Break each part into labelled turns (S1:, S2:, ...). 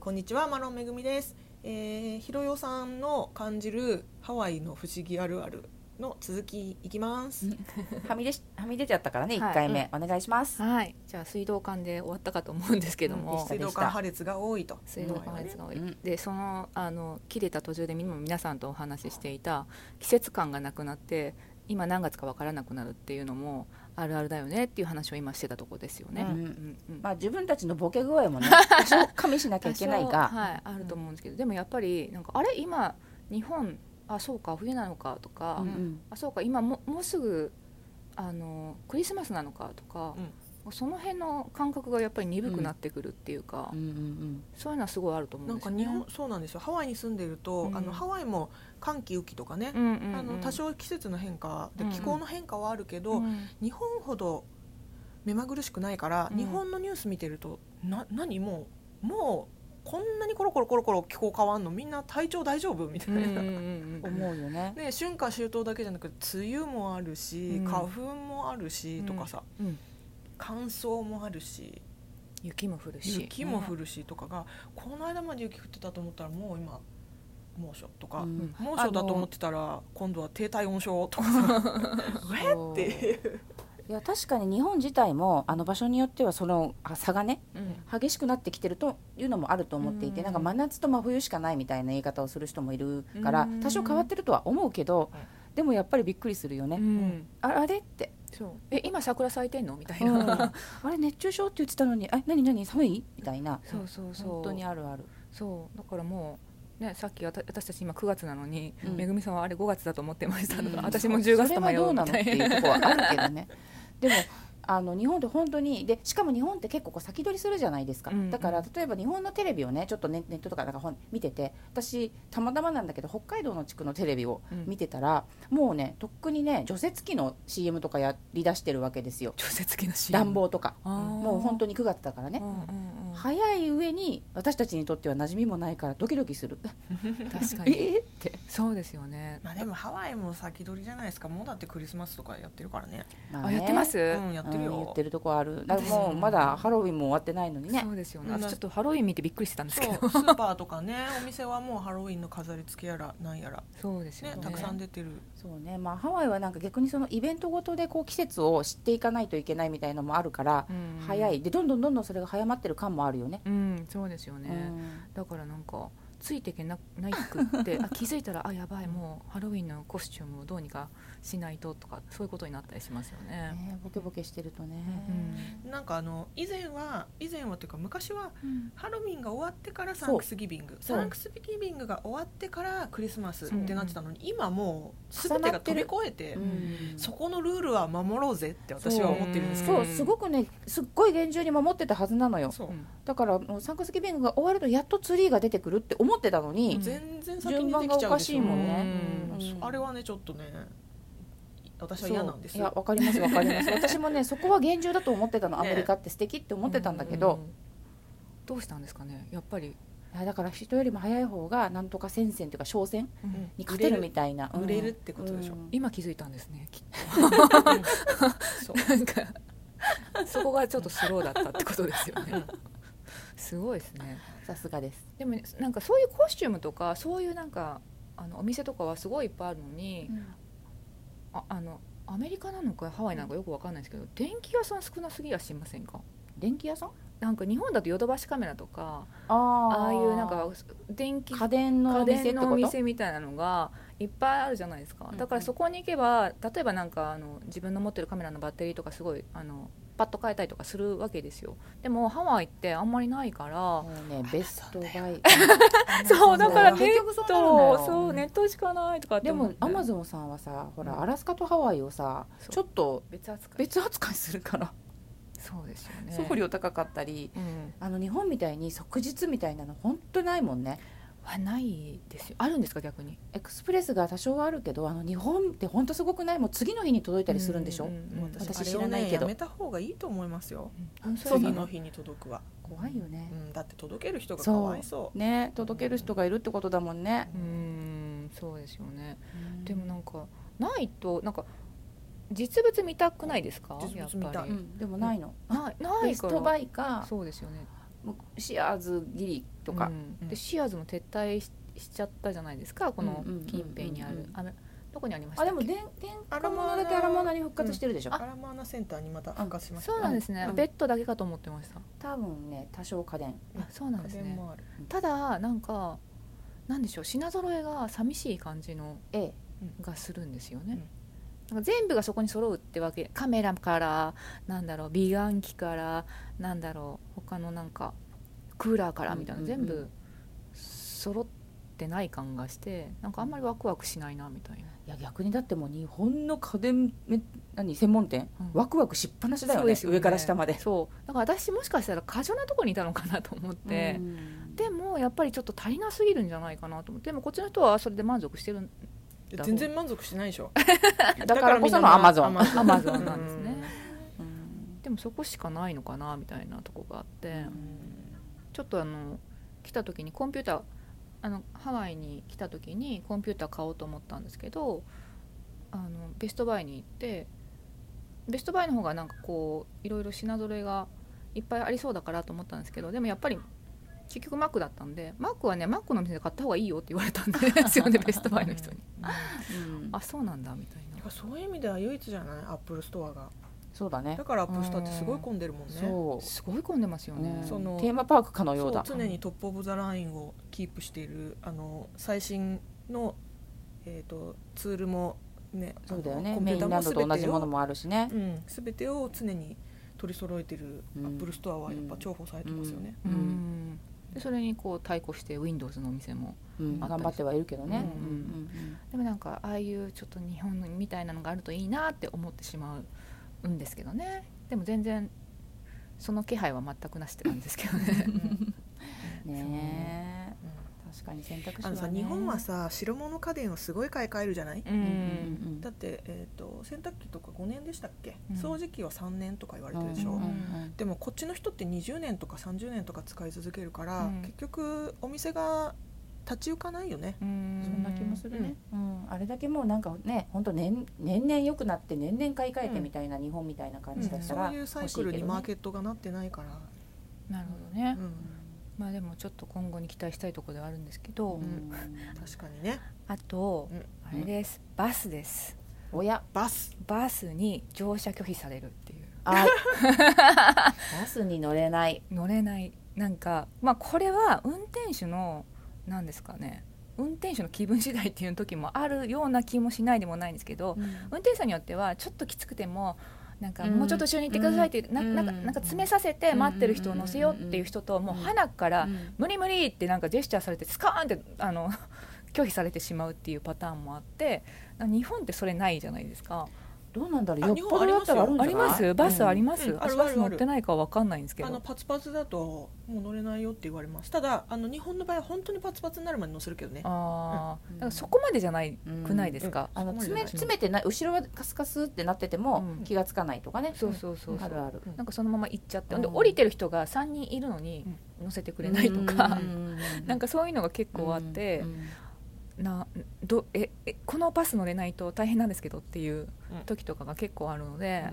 S1: こんにちはマロンめぐみです、えー、ひろよさんの感じるハワイの不思議あるあるの続きいきます
S2: はみ出しはみ出ちゃったからね
S3: はい
S2: 1回目、お願いします。
S3: はい、じゃあ水道管で終わったかと思うんですけど
S2: うん
S3: も
S1: 水
S2: でし、た
S1: 道管破裂が多いと
S3: 水道管のやつが多い、
S2: うん
S3: でそのあの切れた途中で今皆さんとお話ししていた季節感がなくなって今何月かわからなくなるっていうのもあるあるだよねっていう話を今してたとこですよね。
S2: うん
S3: うんうん
S2: まあ自分たちのボケ具合も ね多少加味しなきゃいけない
S3: 多
S2: が、
S3: 少はい、あると思うんですけど、でもやっぱりなんかあれ今日本あそうか冬なのかとか、
S2: うんうん
S3: あそうか今ももうすぐあのクリスマスなのかとか、その辺の感覚がやっぱり鈍くなってくるっていうか、
S2: うんうん
S3: そういうのはすごいあると思う
S1: なんん
S3: です
S1: か
S3: よ、ね、
S1: 日本そうなんですよハワイに住んでると、
S3: うん
S1: あのハワイも寒気雨季とかね、
S3: うんうんうん
S1: あの多少季節の変化で
S3: うん
S1: 気候の変化はあるけど、
S3: うん
S1: 日本ほど目まぐるしくないから、
S3: うん
S1: 日本のニュース見てるとな何もうもうこんなにコロコロコロコロ気候変わんのみんな体調大丈夫みた
S3: う
S1: い
S3: んう
S1: な、
S3: んうん
S2: うん思うよね。
S1: ね、春夏秋冬だけじゃなくて梅雨もあるし、
S3: うん
S1: 花粉もあるし、とかさ
S3: うんうん
S1: 乾燥もあるし
S3: 雪も降るし
S1: 雪も降るしとかが、この間まで雪降ってたと思ったらもう今猛暑とか、
S2: うん
S1: 猛暑だと思ってたら今度は低体温症とかさ
S3: そう
S1: っていう
S2: いや確かに日本自体もあの場所によってはそのあ差がね
S3: うん
S2: 激しくなってきてるというのもあると思っていて、
S3: うん
S2: なんか真夏と真冬しかないみたいな言い方をする人もいるから、
S3: うん
S2: 多少変わってるとは思うけど、でもやっぱりびっくりするよね。
S3: うん
S2: ああれ って、
S3: そうえ今桜咲いてんのみたい
S2: うん
S3: な、
S2: あれ熱中症って言ってたのにえ何何寒いみたいな
S3: そうそうそう
S2: 本当にあるある。
S3: そうだからもうねさっきわた私たち今9月なのに、
S2: うん
S3: めぐみさんはあれ5月だと思ってましたとか、
S1: うん
S3: 私も10月と迷
S2: それはど
S3: う
S2: うな
S3: み
S2: のって
S3: たい
S2: い
S3: な
S2: うとこ はあるけどねでもあの日本って本当にでしかも日本って結構こう先取りするじゃないですか、
S3: うんうん
S2: だから例えば日本のテレビをねちょっとネネットとかなんか本見てて私たまたまなんだけど北海道の地区のテレビを見てたら、もうねとっくにね除雪機の CM とかやりだしてるわけですよ
S3: 調節機のシーン
S2: 暖房とかも
S3: も
S2: う本当に9月だからね、早い上に私たちにとっては馴染みもないからドキドキする
S3: 確か
S2: え
S3: に
S2: えって
S3: そうですよね
S1: まあでもハワイも先取りじゃないですかもうだってクリスマスとかやってるからね
S2: ま
S3: あやってま
S2: ね
S3: す、
S1: うんやってる
S2: うん言
S1: よ
S2: ってるとこあるだから
S3: です
S2: も
S3: よ
S2: う
S3: ね
S2: まだハロウィンも終わってないのにね
S3: そうですよね
S1: うん
S3: 私ちょっとハロウィン見てびっくりしてたんです
S1: そ
S3: けど
S1: うスーパーとかねお店はもうハロウィンの飾り付けやらなんやら、
S3: そうですよ
S1: ね
S3: ね、
S1: たくさん出てる
S2: そうね、まあ、ハワイはなんか逆にそのイベントごとでこう季節を知っていかないといけないみたいのもあるから、
S3: うん
S2: 早いでどんどんどんどんそれが早まってる感もあるよね。
S3: うんそうですよね、
S2: うん
S3: だからなんかついていけなないくってあ気づいたらあやばいもうハロウィンのコスチュームをどうにかしないととかそういうことになったりしますよね。
S2: ねボケボケしてるとね、
S3: うん
S1: なんかあの以前は以前はっていうか昔はハロウィンが終わってからサンクスギビング
S2: そう
S1: サンクスギビングが終わってからクリスマスっ
S3: そう
S1: てなってたのに、今もう全てが飛び越えて
S2: うん
S1: そこのルールは守ろうぜって私は思ってるんですけど
S2: そうすごくねすっごい厳重に守ってたはずなのよ
S1: そう
S3: うん
S2: だからもうサンクスギビングが終わるとやっとツリーが出てくるって思ってたのに、
S3: うん
S1: 全然先に出てきちゃうでしょ
S2: 順番がおかしいもん
S3: ね
S2: うん
S1: あれはねちょっとね私は嫌なんです
S2: そういや
S1: よ
S2: わかりますわかります私もねそこは厳重だと思ってたのア
S1: ね
S2: メリカって素敵って思ってたんだけ
S3: う
S2: ど、
S3: んどうしたんですかねやっぱり、
S2: いやだから人よりも早い方がなんとか戦線というか商戦
S1: うん
S2: に勝てるみたいな
S1: 売れるってことでしょ
S2: うん
S3: 今気づいたんですねき
S1: そう
S3: なんかそこがちょっとスローだったってことですよね。すごいですね
S2: さすがです、
S3: でもねなんかそういうコスチュームとかそういうなんかあのお店とかはすごいいっぱいあるのに、ああのアメリカなのかハワイなのかよくわかんないですけど、電気屋さん少なすぎやしませんか
S2: 電気屋さん
S3: なんか日本だとヨドバシカメラとか
S2: ああ
S3: ああいうなんか電気
S2: 家電のお
S3: 家
S2: 店って
S3: 電のお
S2: こと
S3: 店みたいなのがいっぱいあるじゃないですか
S1: うん
S3: だからそこに行けば例えばなんかあの自分の持ってるカメラのバッテリーとかすごいあのパッと変えたりとかするわけですよでもハワイってあんまりないから
S2: もうねベストバイ
S3: そうだか
S2: そ
S3: ら
S2: う
S3: ネッ
S2: 結局そうなるんだ
S3: ト
S2: よ
S3: そうネットしかないとかっ て
S2: で
S3: 思っ
S2: も
S3: て
S2: アマゾンさんはさほ
S3: う
S2: ら
S3: ん
S2: アラスカとハワイをさ
S3: そう
S2: ちょっと
S3: 別扱い
S2: 別扱いするから、
S3: そうですよね
S2: 送料高かったり
S3: うん
S2: あの日本みたいに即日みたいなの本当ないもんね
S3: はないですよあるんですか逆に
S2: エクスプレスが多少はあるけどあの日本って本当すごくないもう次の日に届いたりするんでしょ、
S3: うううん
S2: 私
S1: あれを
S2: 知らないけ
S1: ね、や
S2: ど
S1: めた方がいいと思いますよ
S3: うん
S2: そうな
S1: 次
S2: の
S1: の日に届くわ、
S2: 怖いよね
S1: う、ん、だって届ける人がかわいそう
S2: ね届ける人がいるってことだもんね、
S3: うーんそうですよね、でもなんかないとなんか実物見たくないですか
S1: 実物見た
S3: やっぱ
S2: う
S3: り
S2: んでもないの、
S3: ないな
S2: ベ
S3: い
S2: ス
S3: か
S2: ト
S3: ら
S2: バイか
S3: そうですよねうん
S2: シアーズギリとか、
S1: うん
S3: でシアーズも撤退ししちゃったじゃないですかこの
S2: うんうんうんうん
S3: 近辺にある、あのどこにありました
S2: あ
S3: っけ
S2: でもでん天下物だけアラモーナに復活してるでしょ、
S1: アラマーナセンターにまた復活しました
S3: そうなんですね、
S2: うん
S3: ベッドだけかと思ってました、
S2: 多分ね多少家電
S1: うん
S3: あそうなんです
S1: 家電
S3: ね
S1: もある
S3: ただなんかなんでしょう品揃えが寂しい感じの
S2: A
S3: がするんですよね、なんか全部がそこに揃うってわけカメラからなんだろう美顔器からなんだろう他のなんかクーラーからみたいな、
S2: うんうんうん
S3: 全部揃ってない感がしてなんかあんまりワクワクしないなみたいな、
S2: いや逆にだってもう日本の家電め何専門店、
S3: うん
S2: ワクワクしっぱなしだよ
S3: そう
S2: ね
S3: ですよね
S2: 上から下まで。
S3: そうだから私もしかしたら過剰なとこにいたのかなと思って、
S2: うん
S3: でもやっぱりちょっと足りなすぎるんじゃないかなと思ってでもこっちの人はそれで満足してるん
S1: うん全然満足しないでし ょ
S2: だからこそのアマゾン。
S3: アマゾンなんですね、
S2: うん
S3: でもそこしかないのかなみたいなとこがあって、ちょっとあの来た時にコンピューターあのハワイに来た時にコンピューター買おうと思ったんですけどあのベストバイに行ってベストバイの方がなんかこういろいろ品揃えがいっぱいありそうだからと思ったんですけどでもやっぱり結局マックだったんでマックはねマックの店で買った方がいいよって言われた んですよねベストバイの人に。
S2: うん
S3: あそうなんだみたいな
S1: やっぱそういう意味では唯一じゃないアップルストアが
S2: そうだね
S1: だからアップルストアってすごい混んでるもんね
S2: そう
S3: すごい混んでますよね、
S2: うん
S1: その
S2: テーマパークかのようだ
S1: そう常にトップ・オブ・ザ・ラインをキープしているあの最新の、えー、とツールも、ね、
S2: そうだよ
S1: あの
S2: ね
S1: コンピ
S2: メ
S1: ュ
S2: イ
S1: ーター
S2: ン
S1: も
S2: ランド
S1: 全て
S2: と
S1: を
S2: 同じものもあるしね
S1: うん、全てを常に取り揃えているア
S2: うん
S1: ップルストアはやっぱ重宝されてますよね。
S3: う
S2: うんん
S3: でそれにこう対抗して Windows のお店も
S2: うん頑張ってはいるけどね
S1: うん
S2: うん
S3: でもなんかああいうちょっと日本のみたいなのがあるといいなって思ってしまうんですけどねでも全然その気配は全くなしって感じですけどね
S1: うん
S2: うんう
S1: う
S2: ん ね
S1: ん
S2: え確かに選択肢
S1: あのさ
S2: ね
S1: 日本はさ白物家電をすごい買い替えるじゃない、
S3: うん
S2: うんうん
S1: だって、えー、と洗濯機とか5年でしたっけ、
S3: うん
S1: 掃除機は3年とか言われ
S2: う
S1: て
S2: ん
S1: るでしょ、
S2: うんうん
S1: でもこっちの人って20年とか30年とか使い続けるから、
S3: うん
S1: 結局お店が立ち行かないよね、
S3: うん
S2: そんな気もするね、うん、あれだけもうなんかね本当年年々良くなって年々買い替えてみたいな、日本みたいな感じだった
S1: そ
S2: ら
S1: ういうサイ
S2: 欲し
S1: ク
S2: い
S1: ル
S2: け
S1: に
S2: ど
S1: マー
S2: ね
S1: ケットがなってないから、
S3: なるほどね、
S1: うん
S3: まあでもちょっと今後に期待したいところではあるんですけど、
S2: うん
S1: 確かにね
S3: あと、
S1: うん
S3: あれですバスです
S2: おや
S1: バス
S3: バスに乗車拒否されるっていう
S2: あバスに乗れない
S3: 乗れないなんかまあこれは運転手のなんですかね運転手の気分次第っていう時もあるような気もしないでもないんですけど運転手さんによってはちょっときつくてもなんか
S2: うん
S3: もうちょっと一緒に行ってくださいって、な
S2: うん
S3: なんかなんか詰めさせて待ってる人を乗せようっていう人と、もう花から、無理無理ってなんかジェスチャーされてスカーンってあの 拒否されてしまうっていうパターンもあってなんか日本ってそれないじゃないですか
S2: どうなんだろ
S1: あ
S2: うよっぽどだったらあるんじ
S3: あ
S2: ゃない
S3: りますバスあり
S2: ま
S3: ます、
S1: うんあるあるあ
S3: 私
S1: る
S3: バス乗ってないかわかんないんですけ
S1: あの
S3: ど
S1: パツパツだともう乗れないよって言われますただあの日本の場合は本当にパツパツになるまで乗せるけどね
S3: あー
S2: うん
S3: なんかそこまでじゃない
S2: うん
S3: くないですか、
S2: あの詰め
S1: うん
S2: 詰めてない後ろはカスカスってなってても
S3: うん
S2: 気がつかないとかね、
S3: そうそうそうそう
S2: あるある
S1: うん
S3: なんかそのまま行っちゃって、ほんで
S2: うん
S3: 降りてる人が3人いるのに乗せてくれないとか、 なん
S2: か
S3: かそういうのが結構あって、などええこのバス乗れないと大変なんですけどっていう時とかが結構あるので、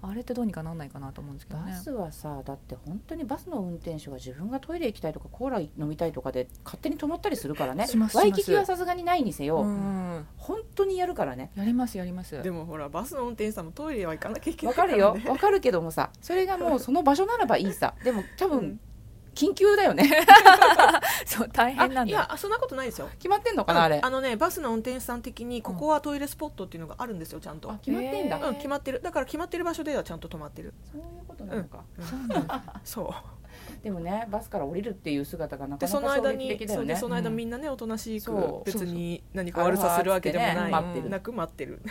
S3: あれってどうにかなんないかなと思うんですけど
S2: バ
S3: ね。
S2: スはさだって本当にバスの運転手が自分がトイレ行きたいとかコーラ飲みたいとかで勝手に止まったりするからね
S3: します
S2: ワイ
S3: します
S2: キキはさすがにないにせよ、
S3: うん、
S2: 本当にやるからね
S3: やりますやります。
S1: でもほらバスの運転手さんもトイレは行かなきゃいけな
S2: わ
S1: いか、
S2: からる
S1: ね、
S2: よわかるけどもさそれがもうその場所ならばいいさでも多
S1: う
S2: 分
S1: ん
S2: 緊急だよね
S3: そう大変な
S1: あ
S3: ん
S1: い
S3: だ。
S1: やそんなことないですよ
S2: 決まってんのかなあれ
S1: のねバスの運転手さん的にここはトイレスポットっていうのがあるんですよちゃんと、
S2: あ決まってんだ、
S3: へー
S1: うん、決まってるだから決まってる場所ではちゃんと止まってる
S2: そういうことなのか、
S3: そうなんだ
S1: そう
S2: でもねバスから降りるっていう姿がな
S1: で
S2: かな
S1: その
S2: か衝
S1: 間
S2: 撃
S1: に、
S2: 的だ
S1: そ
S2: よ
S1: うで
S2: ね
S1: その間
S3: うん
S1: みんなねおとなしく
S2: そう
S1: 別に何か
S2: そう
S1: 悪さするわけでも
S2: あ
S1: ない
S2: らはーっつってね
S1: うんなく待ってる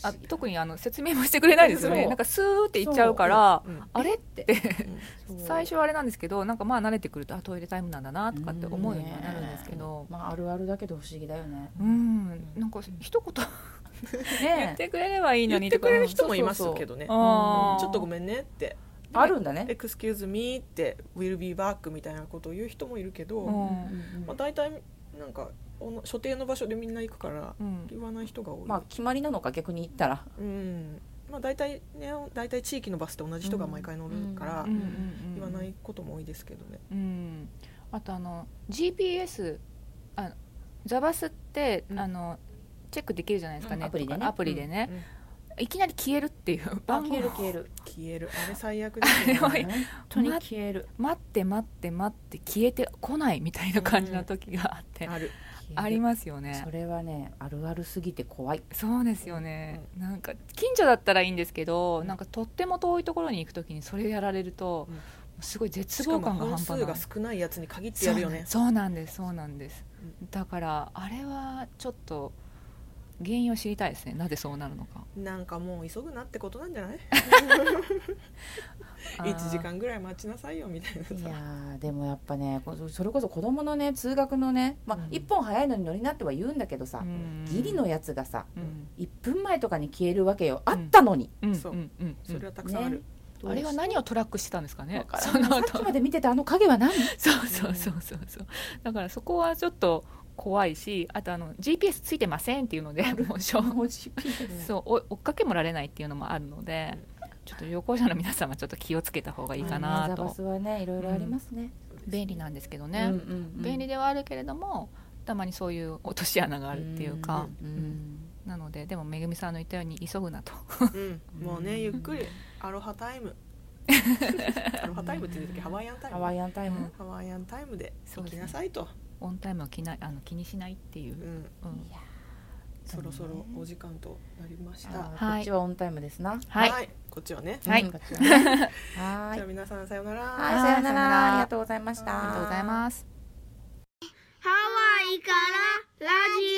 S3: あ特にあの説明もしてくれないですよね。
S2: そう
S3: なんかスーって行っちゃうから。
S1: うん
S3: あれって
S2: そう
S3: 最初はあれなんですけどなんかまあ慣れてくるとあトイレタイムなんだなとかって思うようにはなるんですけど
S2: まああるあるだけど不思議だよね
S3: うんなんか一言言っ
S2: ねえ
S3: てくれればいい
S1: 言
S3: の
S1: っ
S3: に
S1: て
S3: とか
S1: くれる人もいます
S2: そうそうそう
S1: けどね
S3: あー
S1: ちょっとごめんねって
S2: あるん
S1: 「
S2: だね
S1: Excuse me」って「Will be back」みたいなことを言う人もいるけど、
S3: うん
S1: ま
S2: うん
S1: あ、大体なんかおの所定の場所でみんな行くから
S3: うん
S1: 言わない人が多い、
S2: まあ決まりなのか逆に言ったら
S1: うんまあ、大体ね大体地域のバスって同じ人が毎回乗るから
S3: うんうん
S1: 言わらないことも多いですけどね。
S3: うん、あとあの GPS あザバスって、
S1: うん
S3: あのチェックできるじゃないですか
S2: うん
S3: ね、
S2: アプリでね
S3: アプリでね、いきなり消えるっていう
S2: あ
S3: 番号
S2: 消える消える
S1: 消えるあれ最悪ですよ
S3: あ
S1: ね
S3: れ。
S2: 本当に消える
S3: 待って待って待って消えてこないみたいな感じの時があって、
S1: ある。
S3: ありますよね
S2: それはねあるあるすぎて怖い
S3: そうですよね、なんか近所だったらいいんですけど、なんかとっても遠いところに行く時にそれやられると、
S1: うん
S3: すごい絶
S1: しか
S3: 望
S1: も
S3: 感が半
S1: 本
S3: 端
S1: 数
S3: な
S1: が
S3: い
S1: 少ないやつに限ってやるよね。
S3: そうなんですそうなんですだからあれはちょっと原因を知りたいですねなぜそうなるのか
S1: なんかもう急ぐなってことなんじゃない？
S3: あー
S1: 一時間ぐらい待ちなさいよみたい
S2: いや
S1: なさ。
S2: ーでもやっぱねこそれこそ子供のね通学のねまあ、
S1: うん
S2: 一本早いのに乗りなっては言うんだけどさ、
S3: うん
S2: ギリのやつがさ
S3: うん
S2: 1分前とかに消えるわけよあったのに、
S3: うん
S1: そう
S3: うんうん
S1: それはたくさんある。
S3: あれは何をトラックしてたんですか
S2: わ
S3: ね
S2: からん
S3: その
S2: さっ
S3: 後
S2: きまで見てたあの影は何
S3: そうそうそうそうそうだからそこはちょっと怖いしあとあの GPS ついてませんっていうのでもうしょうそうお追っかけもられないっていうのもあるのでちょっと旅行者の皆様ちょっと気をつけた方がいいか
S2: あのザ
S3: な
S2: バ
S3: と
S2: スはねいろいろありますね、
S3: 便利なんですけど
S2: う
S3: ね、
S2: んうんうん
S3: 便利ではあるけれどもたまにそういう落とし穴があるっていうか、
S2: うんう
S3: うん
S2: ん
S3: なのででもめぐみさんの言ったように急ぐなと
S1: うん。もうねゆっくりアロハタイム。アロハタイムって言う時ハワイアンタイム
S2: ハ。ワイアンタイム、
S1: ハワイアンタイムで行きなさいと。
S3: オンタイムは気ないあの気にしないっていうう、
S1: ん。
S3: うん
S2: いや
S1: そろそろお時間となりまし
S2: あ
S1: た。
S2: ー
S3: は
S2: こっ
S3: い
S2: ちはオンタイムですな
S3: はい、
S1: こっちはね。
S3: はい
S2: うんこっちはねは
S1: じ
S2: ー
S1: ゃあ
S2: い
S1: 皆さんさようなら。
S2: はいさよう
S3: さよ
S2: な
S3: うな
S2: ら
S3: ら
S2: ありがとうございました
S3: ありがとうございます
S4: ハワイからラジオ